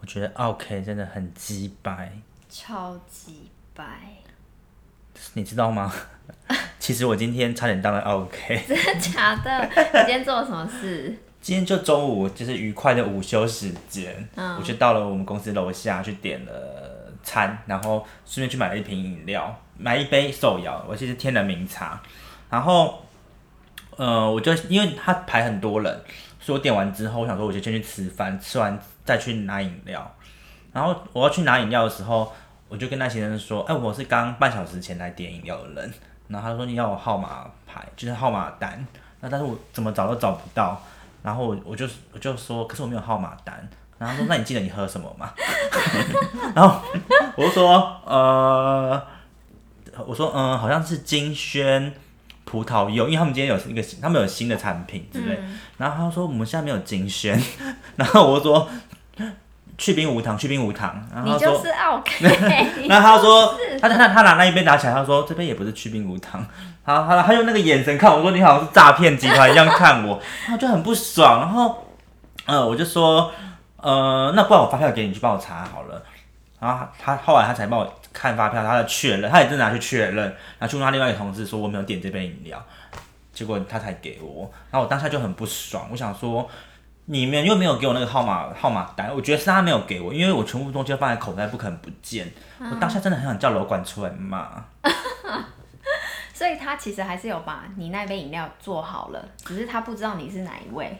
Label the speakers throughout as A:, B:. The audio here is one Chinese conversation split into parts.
A: 我觉得 OK 真的很鸡掰，
B: 超级白，
A: 你知道吗？ 其实我今天差点当了 OK。
B: 真的假的？你今天做了什么事？
A: 今天就中午，就是愉快的午休时间，我就到了我们公司楼下去点了餐，然后顺便去买了一瓶饮料，买一杯手摇，我其实天然名茶。然后，呃，我就因为他排很多人，所以我点完之后，我想说我就先去吃饭，吃完再去拿饮料。然后我要去拿饮料的时候，我就跟那些人说：“哎、我是刚半小时前来点饮料的人。”然后他说：“你要我号码牌，就是号码单。”那但是我怎么找都找不到。然后我我就我就说：“可是我没有号码单。”然后他说：“那你记得你喝什么吗？” 然后我就说：“呃，我说嗯，好像是金萱葡萄柚，因为他们今天有一个他们有新的产品之类。
B: 嗯
A: 然后他说：“我们现在没有金萱。” 然后我就说。去冰无糖，去冰无糖。然后
B: 你
A: 他说
B: 就是 OK，
A: 那他说，他他他拿那一杯拿起来，他说这边也不是去冰无糖，他他他用那个眼神看我说你好像是诈骗集团一样看我，然后就很不爽，然后，呃，我就说，呃，那不然我发票给你去帮我查好了，然后他他后来他才帮我看发票，他才确认，他也真的拿去确认，然后去问他另外一个同事说我没有点这杯饮料，结果他才给我，然后我当下就很不爽，我想说。你们又没有给我那个号码号码单，我觉得是他没有给我，因为我全部东西都放在口袋，不可能不见。我当下真的很想叫楼管出来骂，
B: 所以他其实还是有把你那杯饮料做好了，只是他不知道你是哪一位。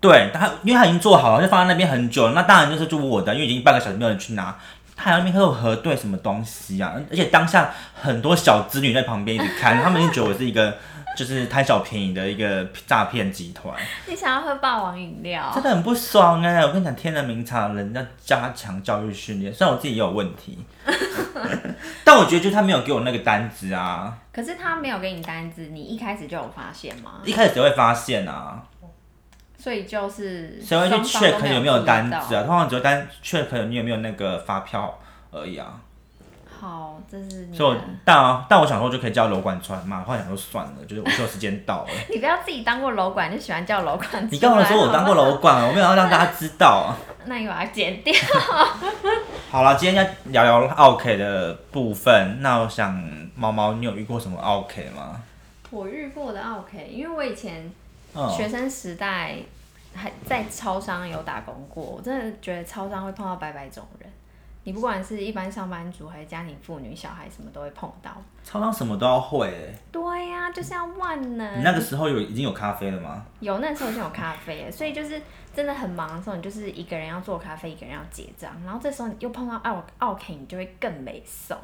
A: 对他，因为他已经做好了，就放在那边很久了，那当然就是就我的，因为已经半个小时没有人去拿，他还要那边跟我核对什么东西啊，而且当下很多小子女在旁边一直看，他们就觉得我是一个就是贪小便宜的一个诈骗集团，
B: 你想要喝霸王饮料
A: 真？的很不爽哎、我跟你讲，天人名茶人要加强教育训练，虽然我自己也有问题，但我觉得就是他没有给我那个单子啊，
B: 可是他没有给你单子，你一开始就有发现吗？
A: 一开始谁会发现啊？
B: 所以就是
A: 谁会去
B: 双方都
A: check 有没有单子
B: 注意
A: 啊？通常只有单 check 你有没有那个发票而已啊。
B: 到？好，这是你
A: 所以我
B: 的。
A: 但啊但我想说就可以叫楼管出来骂，后来想说算了，就是午休时间到了。
B: 你不要自己当过楼管就喜欢叫楼管出来。
A: 你干嘛说我当过
B: 好
A: 楼管？我没有要让大家知 道。
B: 不好？那你把它剪掉。
A: 好了，今天要聊聊 OK 的部分。那我想毛毛，你有遇过什么 OK 吗？
B: 我遇过的 OK，因为我以前
A: 嗯，
B: 学生时代还在超商有打工过，我真的觉得超商会碰到百百种人。你不管是一般上班族还是家庭妇女、小孩，什么都会碰到。
A: 超商什么都要会欸、
B: 对呀、就是要万
A: 你
B: 能。
A: 那个时候有已经有咖啡了吗？
B: 有那时候就有咖啡耶，所以就是真的很忙的时候，你就是一个人要做咖啡，一个人要结账，然后这时候你又碰到奥奥 K，你就会更没送。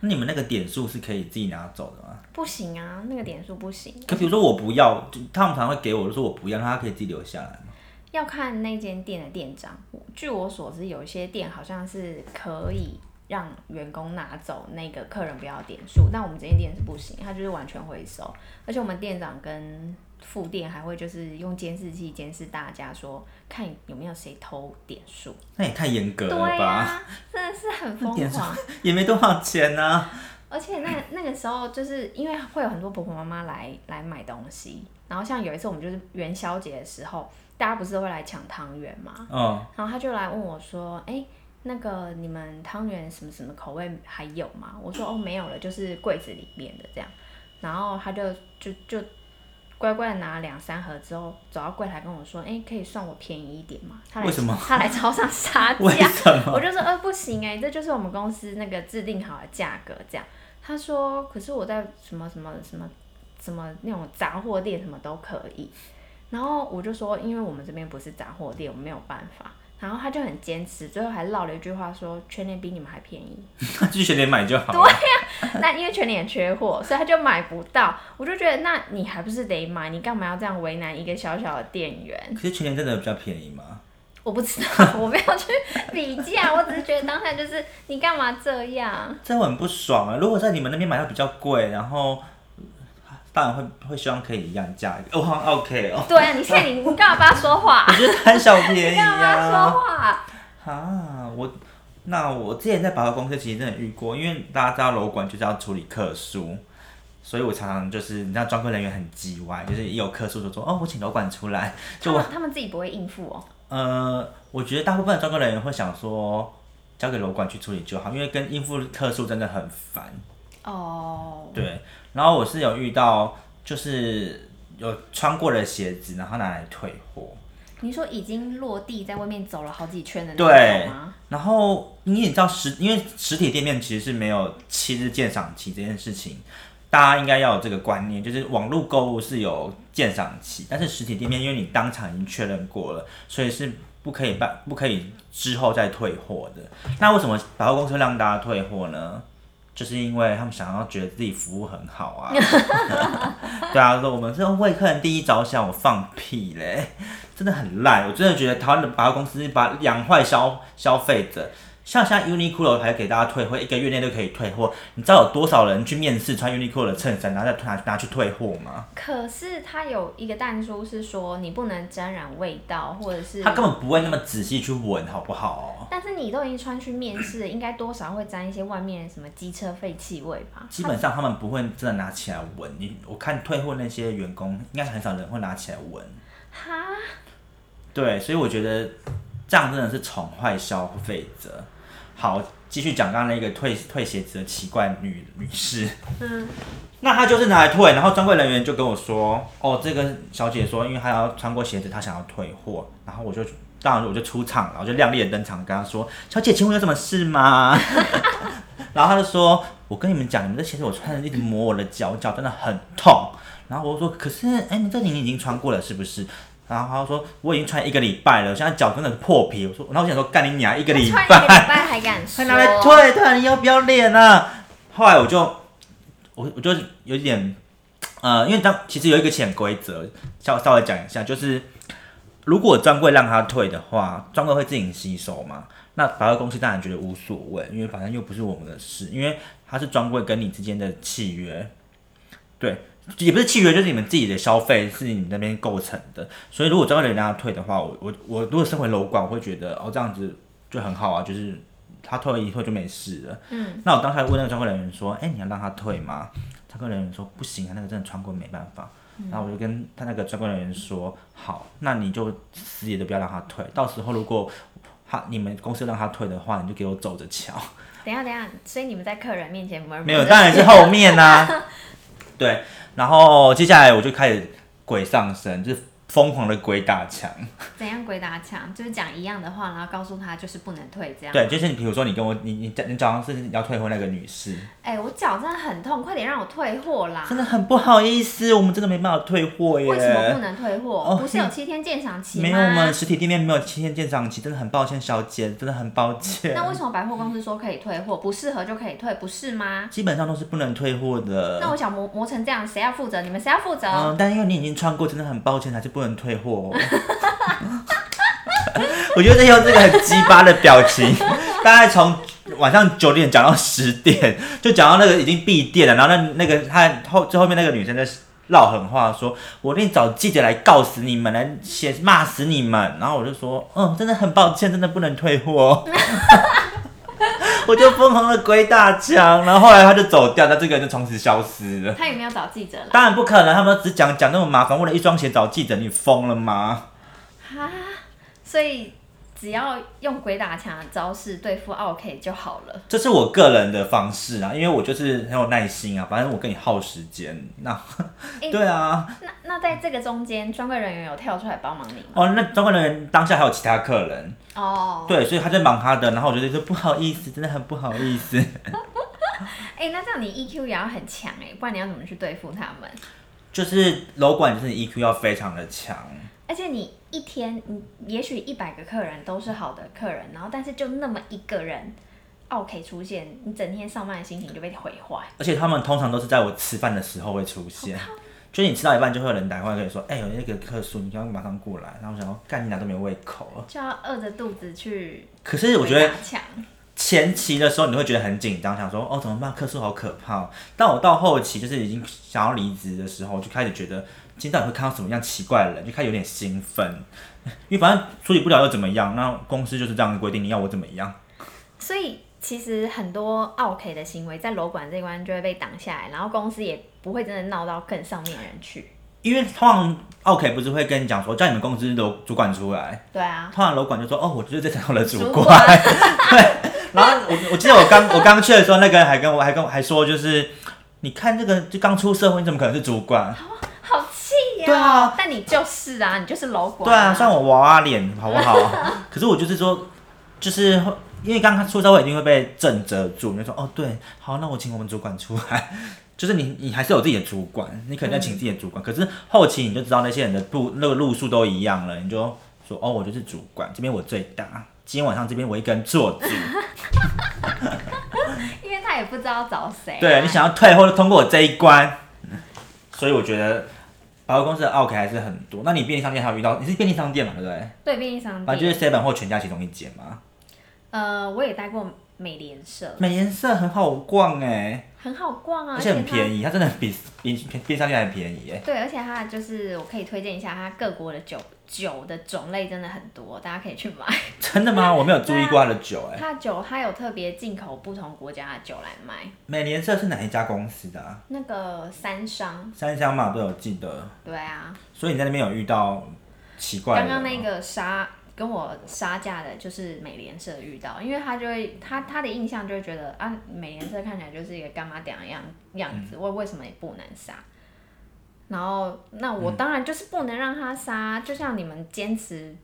A: 那你们那个点数是可以自己拿走的吗？
B: 不行啊，那个点数不行，
A: 可比如说我不要，就他们常会给我，就说我不要，他可以自己留下来吗。
B: 要看那间店的店长。我据我所知，有一些店好像是可以让员工拿走那个客人不要的点数，但我们这间店是不行，它就是完全回收。而且我们店长跟副店还会就是用监视器监视大家说，看有没有谁偷点数。
A: 那也太严格了
B: 对呀、啊
A: 吧？
B: 真的是很
A: 那
B: 疯
A: 点数
B: 狂。
A: 也没多少钱呢、啊
B: 而且那那个时候，就是因为会有很多婆婆妈妈来来买东西，然后像有一次我们就是元宵节的时候，大家不是都会来抢汤圆嘛，
A: 嗯，
B: 然后他就来问我说：“哎、那个你们汤圆什么什么口味还有吗？”我说：“哦，没有了，就是柜子里面的这样。”然后他就就就乖乖的拿两三盒之后，走到柜台跟我说：“哎、可以算我便宜一点吗？”他来
A: 为什么？
B: 他来超商杀价
A: 为。什么？
B: 我就说，呃，不行哎、这就是我们公司那个制定好的价格这样。他说，可是我在什么什么什么什么那种杂货店什么都可以。然后我就说，因为我们这边不是杂货店，我没有办法。然后他就很坚持，最后还唠了一句话说，全年比你们还便宜。
A: 去全年买就好了。
B: 那因为全年缺货，所以他就买不到。我就觉得，那你还不是得买？你干嘛要这样为难一个小小的店员？
A: 可是全年真的比较便宜吗？
B: 我不知道，我没有去比价，我只是觉得当下就是你干嘛这样。
A: 这我很不爽啊！如果在你们那边买到比较贵，然后啊当然会会希望可以一样价格。哦，好像 OK 哦，
B: 对啊，你现在你你干嘛帮他说话
A: 我？觉得贪小便
B: 你
A: 宜
B: 干嘛帮
A: 啊！
B: 他说话？
A: 啊，我那我之前在百货公司其实真的遇过，因为大家知道楼管就是要处理客诉，所以我常常就是你知道专柜人员很叽歪，就是一有客诉就说哦我请楼管出来，就
B: 他们他们自己不会应付哦。
A: 呃，我觉得大部分的专科人员会想说，交给楼管去处理就好，因为跟应付客诉真的很烦。
B: 哦，
A: 对，然后我是有遇到，就是有穿过的鞋子，然后拿来退货。
B: 你说已经落地在外面走了好几圈的那
A: 对
B: 种吗？
A: 然后你也知道实，因为实体店面其实是没有七日鉴赏期这件事情，大家应该要有这个观念，就是网络购物是有鉴赏期，但是实体店面因为你当场已经确认过了，所以是不可以办，不可以之后再退货的。那为什么百货公司会让大家退货呢？就是因为他们想要觉得自己服务很好啊，对啊，说我们是为客人第一着想，我放屁嘞。真的很烂，我真的觉得台湾的百货公司把养坏消消费者。像现在 Uniqlo 还给大家退货，一个月内都可以退货。你知道有多少人去面试穿 Uniqlo 的衬衫，然后再拿拿去退货吗？
B: 可是它有一个淡书是说你不能沾染味道，或者是
A: 他根本不会那么仔细去闻，好不好？
B: 但是你都已经穿去面试了，应该多少会沾一些外面什么机车废气味吧？
A: 基本上他们不会真的拿起来闻。你我看退货那些员工，应该很少人会拿起来闻。
B: 哈，
A: 对，所以我觉得这样真的是宠坏消费者。好，继续讲刚刚那个退退鞋子的奇怪女女士。
B: 嗯，
A: 那他就是拿来退，然后专柜人员就跟我说，哦，这个小姐说，因为她要穿过鞋子，她想要退货，然后我就当然我就出场了，我就亮丽的登场，跟她说，小姐，请问有什么事吗？然后她就说，我跟你们讲，你们这鞋子我穿着一直磨我的脚，脚真的很痛。然后我就说，可是，哎，你这里你已经穿过了是不是？然后她说，我已经穿一个礼拜了，我现在脚真的是破皮。我说，然后我想说，干你娘一个
B: 穿一
A: 礼
B: 个礼
A: 拜，
B: 拜还敢
A: 还
B: 说？
A: 拿来退，对啊，你要不要脸啊？后来我就，我我就有点，呃，因为当其实有一个潜规则，稍稍微讲一下，就是如果专柜让他退的话，专柜会自行吸收嘛。那百货公司当然觉得无所谓，因为反正又不是我们的事，因为它是专柜跟你之间的契约，对，也不是契约，就是你们自己的消费是你们那边构成的。所以如果专柜人家退的话，我我我如果身为楼管，我会觉得哦这样子就很好啊，就是他退了一退就没事了。嗯，那我当时还问那个专柜人员说：“哎、你要让他退吗？”专柜人员说：“不行啊，那个真的穿过没办法。
B: 嗯
A: 然后我就跟他那个专柜人员说：“好，那你就死也都不要让他退。到时候如果他你们公司让他退的话，你就给我走着瞧。
B: 啊等一下等一下，所以你们在客人面前没
A: 没有，当然是后面呐、 对，然后接下来我就开始鬼上身，就是疯狂的鬼打墙。
B: 怎样鬼打墙，就是讲一样的话，然后告诉他就是不能退这样。
A: 对，就是你比如说你跟我你你你早上是要退婚那个女士，
B: 哎、我脚真的很痛，快点让我退货啦！
A: 真的很不好意思，我们真的没办法退货耶。
B: 为什么不能退货？
A: 哦
B: 不是有七天鉴赏期吗？
A: 没有，我们实体店面没有七天鉴赏期，真的很抱歉，小姐，真的很抱歉。
B: 嗯那为什么百货公司说可以退货，不适合就可以退，不是吗？
A: 基本上都是不能退货
B: 那
A: 的。
B: 我想磨磨成这样，谁要负责？你们谁要负责？
A: 呃嗯，但因为你已经穿过，真的很抱歉，还是不能退货、哦。 我觉得用这个很鸡巴的表情，大概从晚上九点讲到十点，就讲到那个已经闭店了，然后那那个他后最后面那个女生在唠狠话说，我一定找记者来告死你们，来写骂死你们。然后我就说，嗯，真的很抱歉，真的不能退货哦。 我就疯狂的鬼打墙，然后后来他就走掉，那这个人就从此消失了。
B: 他有没有找记者啦？
A: 当然不可能，他们只讲讲那么麻烦，为了一双鞋找记者，你疯了吗？
B: 哈，所以只要用鬼打墙的招式对付 OK 就好了。
A: 这是我个人的方式啊，因为我就是很有耐心啊，反正我跟你耗时间。那
B: 诶
A: 对啊，
B: 那那在这个中间，专柜人员有跳出来帮忙你吗？
A: 哦，那专柜人员当下还有其他客人，
B: 哦，
A: 对，所以他在忙他的，然后我就说不好意思，真的很不好意思。
B: 哎、那这样你 EQ 也要很强哎、不然你要怎么去对付他们？
A: 就是楼管就是你 EQ 要非常的强，
B: 而且你一天，你也许一百个客人都是好的客人，然后但是就那么一个人 OK 出现，你整天上班的心情就被毁坏。
A: 而且他们通常都是在我吃饭的时候会出现。就是你吃到一半就会有人打电话跟你说，哎、有那个客诉，你要马上过来。然后我想说，干你哪都没有胃口了。
B: 就要饿着肚子去
A: 可是我觉得
B: 鬼打墙，
A: 前期的时候你会觉得很紧张，想说哦怎么办，客诉好可怕、哦。但我到后期就是已经想要离职的时候，就开始觉得今天到底会看到什么样奇怪的人，就开始有点兴奋， 因为反正处理不了又怎么样？那公司就是这样的规定，你要我怎么样？
B: 所以其实很多 OK 的行为在楼管这一关就会被挡下来，然后公司也不会真的闹到更上面的人去。
A: 因为通常 OK 不是会跟你讲说叫你们公司楼主管出来，
B: 对啊，
A: 通常楼管就说哦，我就是这层楼的主
B: 主
A: 管。 然后我我记得我刚我刚去的时候，那个人还跟我还跟我还说，就是你看这个就刚出社会，你怎么可能是主管？
B: 好气呀、
A: 对啊，
B: 但你就是啊，你就是楼管、
A: 对啊，算我娃娃脸好不 好？可是我就是说，就是会因为刚刚出社会一定会被震慑住，你就说哦对，好，那我请我们主管出来。 就是你，你还是有自己的主管，你可能要请自己的主管。嗯可是后期你就知道那些人的路那个路数都一样了，你就说哦，我就是主管，这边我最大，今天晚上这边我一个人做 主。
B: 因为他也不知道找谁、啊
A: 对啊你，想要退或者通过我这一关，所以我觉得百货公司的 OK 还是很多。那你便利商店还有遇到？你是便利商店嘛，对不对？
B: 对便利商
A: 反正
B: 店，
A: 就是 Seven 或全家其中一间嘛。
B: 呃，我也待过美联社，
A: 美颜色很好逛哎、
B: 很好逛啊，
A: 而且很便
B: 宜。
A: 宜，它真的比比比便利商店还便宜哎、
B: 对，而且它就是我可以推荐一下，它各国的酒酒的种类真的很多，大家可以去买。
A: 真的吗？ 我没有注意过它的酒哎、
B: 它的酒它有特别进口不同国家的酒来卖，
A: 美联社是哪一家公司的、啊？
B: 那个三商，
A: 三香嘛，对，我记得。
B: 对啊，
A: 所以你在那边有遇到奇怪的
B: 刚
A: 人吗？哦
B: 刚那个杀跟我杀价的就是美联社遇到，因为他就会他他的印象就会觉得啊，美联社看起来就是一个干妈点的样样
A: 嗯
B: 子，为、为什么也不能杀？然后那我
A: 嗯
B: 当然就是不能让他杀，就像你们坚持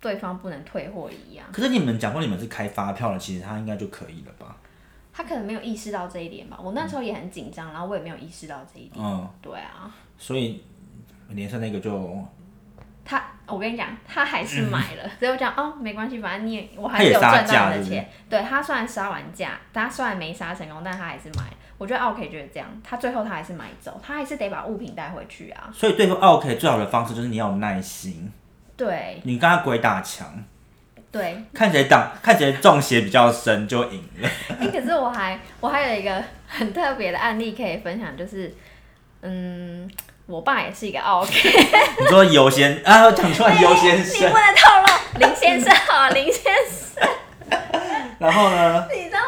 B: 对方不能退货一样，
A: 可是你们讲过你们是开发票的，其实它应该就可以了吧？
B: 他可能没有意识到这一点吧。我那时候也很紧张，然后我也没有意识到这一点。
A: 嗯，
B: 对啊，
A: 所以美联社那个就
B: 他，我跟你讲，他还是买 了，所以我讲哦，没关系，反正你也我还
A: 他
B: 是
A: 也
B: 有
A: 杀
B: 赚
A: 价对
B: 到你的
A: 不对
B: 钱。对他虽然杀完价，他虽然没杀成功，但他还是买了。我觉得 OK 就是这样，他最后他还是买走，他还是得把物品带回去啊。
A: 所以对付哦 OK 最好的方式就是你要有耐心，
B: 对
A: 你跟他鬼打墙，
B: 对，
A: 看谁挡，看谁中邪比较深就赢了。
B: 哎、可是我还我还有一个很特别的案例可以分享，就是嗯，我爸也是一个 OK，
A: 你说尤先啊，我讲出来尤先
B: 你
A: 生
B: 不，能透露哦林先生好，林先生。
A: 然后呢？
B: 你知道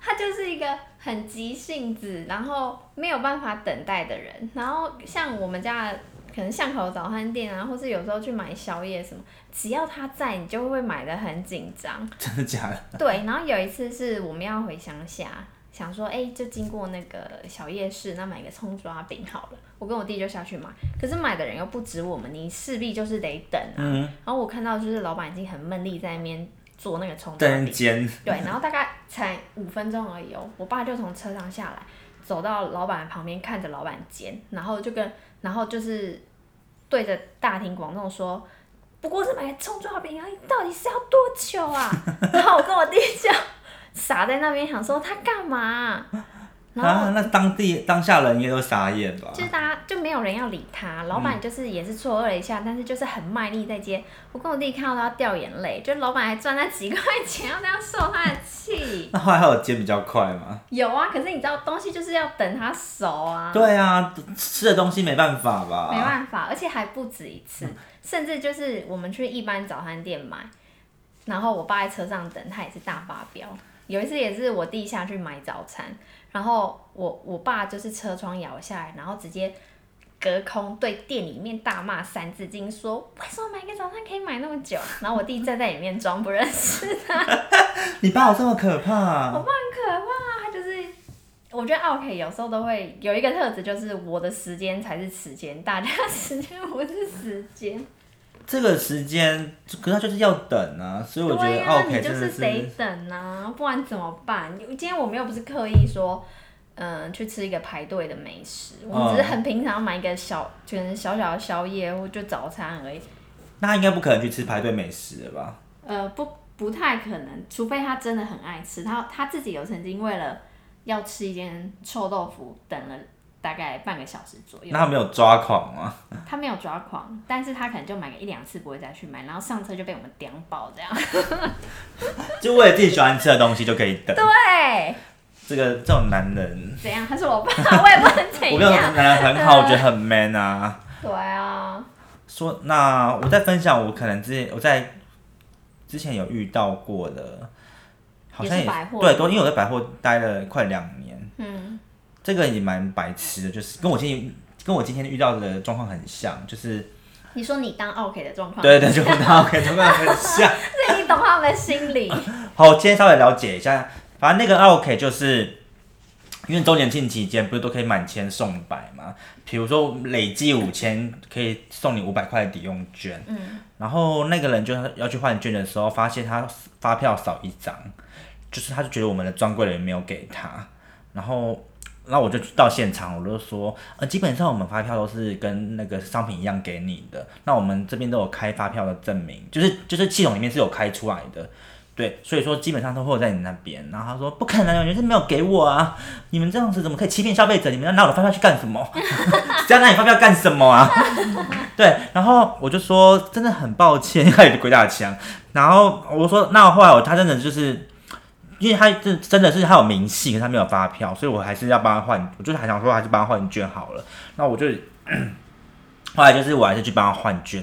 B: 他，他就是一个很急性子，然后没有办法等待的人。然后像我们家的可能巷口早餐店啊，或是有时候去买宵夜什么，只要他在，你就会买的很紧张。
A: 真的假的？
B: 对，然后有一次是我们要回乡下。想说，哎、就经过那个小夜市，那买个葱抓饼好了。我跟我弟就下去买，可是买的人又不止我们，你势必就是得等啊。
A: 嗯，
B: 然后我看到就是老板已经很闷力在那边做那个葱抓饼
A: 人，间
B: 对，然后大概才五分钟而已哦，我爸就从车上下来，走到老板旁边，看着老板煎，然后就跟，然后就是对着大庭广众说。不过是买个葱抓饼而已，到底是要多久啊？ 然后我跟我弟就傻在那边，想说他干嘛啊、然后
A: 啊，那当地当下人应该都傻眼吧？
B: 就是大家就没有人要理他，老板就是也是错愕了一下，但是就是很卖力在接。我跟我弟看到都要掉眼泪，就老板还赚那几块钱，要这样受他的气。
A: 那后来还有煎比较快吗？
B: 有啊，可是你知道东西就是要等它熟啊，
A: 对啊，吃的东西没办法吧？
B: 没办法，而且还不止一次，甚至就是我们去一般早餐店买，然后我爸在车上等，他也是大发飙。有一次也是我弟下去买早餐，然后我我爸就是车窗摇下来，然后直接隔空对店里面大骂《三字经》，说为什么买个早餐可以买那么久？然后我弟站在里面装不认识，
A: 你爸有这么可怕？
B: 很可怕。他就是，我觉得 OK 有时候都会有一个特质，就是我的时间才是时间，大家的时间不是时 间。
A: 这个时间，可是他就是要等啊，所以我觉
B: 对
A: 得
B: 呀，
A: OK
B: 你就
A: 真的
B: 是得等啊，不然怎么办？今天我们又不是刻意说，嗯、去吃一个排队的美食，我们
A: 嗯
B: 只是很平常买一个小，可能小小的宵夜或就早餐而已。
A: 那他应该不可能去吃排队美食了吧？
B: 呃，不不太可能，除非他真的很爱吃。他他自己有曾经为了要吃一间臭豆腐，等了大概半个小时左右。
A: 那他没有抓狂啊吗？
B: 他没有抓狂，但是他可能就买个一两次，不会再去买，然后上车就被我们屌爆这样。
A: 就为了自己喜欢吃的东西就可以等。
B: 对，
A: 这个这种男人，
B: 怎样？他是我爸，我也不能
A: 我
B: 怎
A: 没有
B: 样。
A: 男人很好，我觉得很 man 啊。
B: 对啊，
A: 说那我再分享，我可能之前我在之前有遇到过的，好像
B: 也是百货
A: 对，都因为我在百货待了快两年，
B: 嗯，
A: 这个也蛮白痴的，就是跟我现在跟我今天遇到的状况很像，就是
B: 你说你当 OK 的状况，
A: 对对，就跟他 OK 状况很像。
B: 所以你懂他们的心理。
A: 好，今天稍微了解一下，反正那个 OK 就是。因为周年庆期间不是都可以满千送百嘛？比如说累计五千，可以送你五百块的抵用券。嗯。然后那个人就要去换券的时候，发现他发票少一张，就是他就觉得我们的专柜的人没有给他。然后，那我就到现场，我就说，呃，基本上我们发票都是跟那个商品一样给你的。那我们这边都有开发票的证明，就是就是系统里面是有开出来的。对，所以说基本上都会有在你那边。然后他说不可能，你们是没有给我啊！你们这样子怎么可以欺骗消费者？你们要拿我的发票去干什么？这样拿你发票干什么啊？ 对，然后我就说真的很抱歉，开始鬼打墙。然后我说那后来我他真的就是，因为他这真的是他有明细，可是他没有发票，所以我还是要帮他换，我就是还想说还是帮他换券好了。那我就嗯后来就是我还是去帮他换券，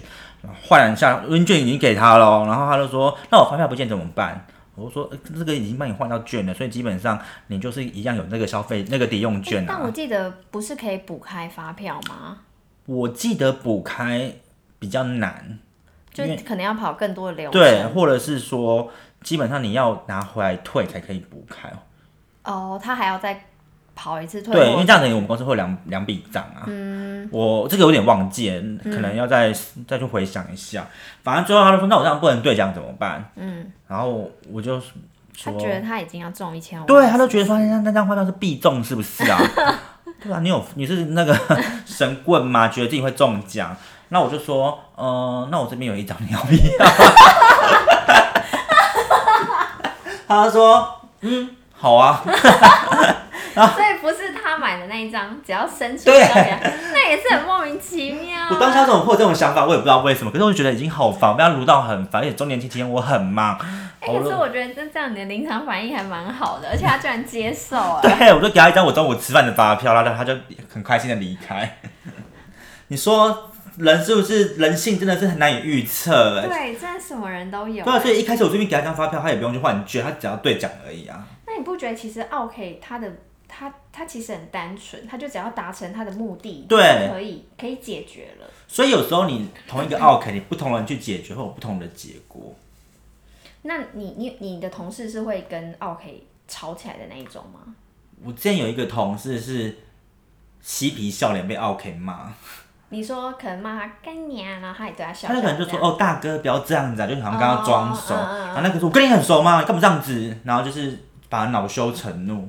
A: 换了一下温券已经给他了哦，然后他就说那我发票不见怎么办？我就说呃这个已经帮你换到券了，所以基本上你就是一样有那个消费那个抵用券啊。
B: 哎但我记得不是可以补开发票吗？
A: 我记得补开比较难，
B: 就可能要跑更多的流程。
A: 对，或者是说基本上你要拿回来退才可以补开，
B: 哦，他还要再跑一次退
A: 对，因
B: 货
A: 为这样等于我们公司会有两两笔账啊。嗯，我这个有点忘记了，可能要再、再去回想一下。反正最后他就说，那我这样不能兑奖怎么办？嗯，然后我就
B: 他
A: 说，
B: 觉得他已经要中一千五，
A: 对，他都觉得说那那张发票是必中，是不是 啊？对啊，你有你是那个 神棍吗？觉得自己会中奖？那我就说，呃，那我这边有一张，你要不 要？他说，嗯，好啊。
B: 所以不是他买的那一张，只要伸出
A: 对
B: 一张给他，那也是很莫名其妙啊。
A: 我当下怎么会有这种想法，我也不知道为什么，可是我就觉得已经好烦，被他撸到很烦，而且中年期间我很忙，
B: 哎、
A: 我
B: 可
A: 就是
B: 我觉得这这样你的临场反应还蛮好的，而且他居然接受啊。
A: 对，我就给他一张我中午吃饭的发票，然后他就很开心的离开。 你说人是不是人性真的是很难以预测、欸？
B: 对，啊真的什么人都有
A: 对。啊，所以一开始我这边给他一张发票，他也不用去换券，他只要兑奖而已啊。
B: 那你不觉得其实 OK 他的他他其实很单纯，他就只要达成他的目的，
A: 对
B: 可以可以解决了。
A: 所以有时候你同一个 OK，你不同人去解决会有不同的结果。
B: 那你你你的同事是会跟 OK 吵起来的那一种吗？
A: 我之前有一个同事是嬉皮笑脸被 OK 骂，
B: 你说可能骂他干你啊，然后他也对他笑
A: 他
B: 笑这
A: 那
B: 样，
A: 个人就说：“哦，大哥不要这样子啊！”就好像跟他装熟。
B: 哦嗯嗯嗯
A: 然后那个说：“我跟你很熟吗？你干嘛这样子？”然后就是把他恼羞成怒，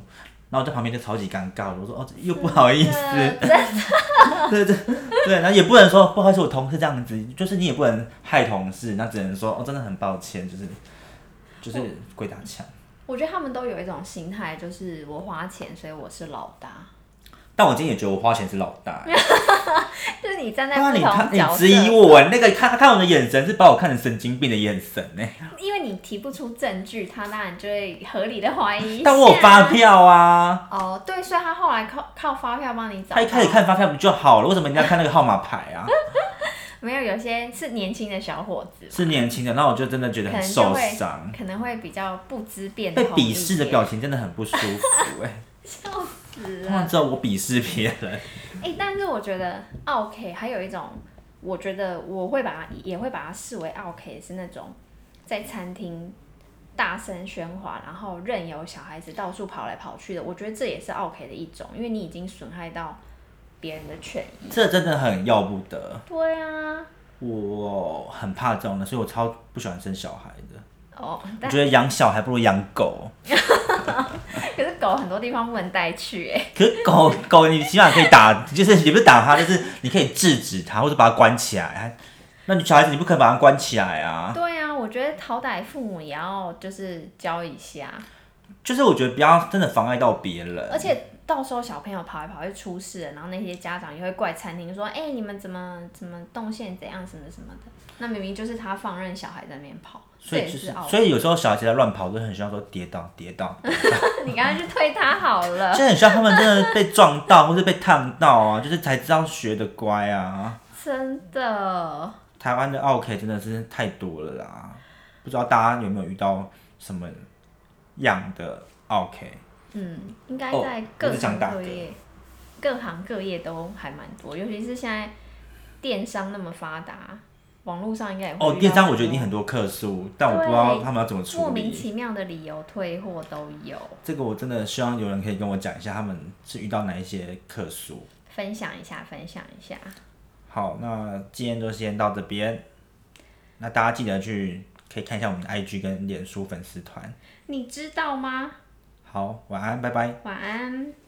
A: 然后在旁边就超级尴尬。我说：“哦，又不好意思。
B: 对啊
A: 对对对，然后也不能说不好意思，我同事这样子，就是你也不能害同事，那只能说哦，真的很抱歉，就是就是
B: 哦
A: 鬼打墙。
B: 我觉得他们都有一种心态，就是我花钱，所以我是老大。
A: 但我今天也觉得我花钱是老大、欸，
B: 就是你站在
A: 对啊，
B: 不
A: 你看
B: 同角
A: 你
B: 色，
A: 质疑我，那个看他看我的眼神是把我看成神经病的眼神呢、欸
B: 因为你提不出证据，他当然就会合理的怀疑一下。
A: 但我有发票啊，
B: 哦，对，所以他后来靠靠发票帮你找到。
A: 他一开始看发票不就好了？为什么你要看那个号码牌啊？
B: 没有，有些是年轻的小伙子，
A: 是年轻的，那我就真的觉得
B: 可
A: 很
B: 能就
A: 受
B: 会
A: 伤，
B: 可能会比较不知变
A: 被
B: 通
A: 鄙视的
B: 一点
A: 表情真的很不舒服 哎、欸。
B: 笑死
A: 他
B: 了。
A: 们知道我鄙视别人，
B: 哎、但是我觉得啊 OK 还有一种，我觉得我会把它也会把它视为 OK 是那种在餐厅大声喧哗，然后任由小孩子到处跑来跑去的，我觉得这也是 OK 的一种，因为你已经损害到别人的权益。
A: 这真的很要不得。
B: 对啊，
A: 我很怕这种的，所以我超不喜欢生小孩的。
B: 哦，
A: 我
B: 但
A: 觉得养小孩不如养 狗。
B: 可是狗很多地方不能带去、哎，
A: 可是狗狗，你起码可以打，就是也不是打它，就是你可以制止它，或者把它关起来。那你小孩子你不可能把它关起来啊。
B: 对啊，我觉得好歹父母也要就是教一下，
A: 就是我觉得不要真的妨碍到别人。
B: 而且到时候小朋友跑来跑去出事了，然后那些家长也会怪餐厅说：“哎、你们怎么怎么动线怎样什么什么的。”那明明就是他放任小孩在那边跑，
A: 所以
B: 这
A: 就
B: 也是
A: 是，
B: 傲。
A: 所以有时候小孩子在乱跑，我都很需要说跌倒跌倒，
B: 你刚刚就推他好 了
A: 就，很需要他们真的被撞到或是被烫到啊， 就是才知道学的乖啊。
B: 真的。
A: 台湾的 OK 真的是太多了啦，不知道大家有没有遇到什么样的 OK？
B: 嗯，应该
A: 哦
B: 在
A: 我
B: 各
A: 只想
B: 行
A: 打
B: 各
A: 嗝
B: 业。各行各业都还蛮多，尤其是现在电商那么发达，网络上应该也会
A: 哦，
B: 遇
A: 电
B: 到
A: 商
B: 很
A: 我觉得一
B: 多
A: 定很多客诉，但我不知道
B: 对
A: 他们要怎么处
B: 莫名
A: 理。
B: 其妙的理由退货都有，
A: 这个我真的希望有人可以跟我讲一下，他们是遇到哪一些客诉。
B: 分享一下，分享一下。
A: 好，那今天就先到这边。那大家记得去可以看一下我们的 IG 跟脸书粉丝团。
B: 你知道吗？
A: 好，晚安，拜拜。
B: 晚安。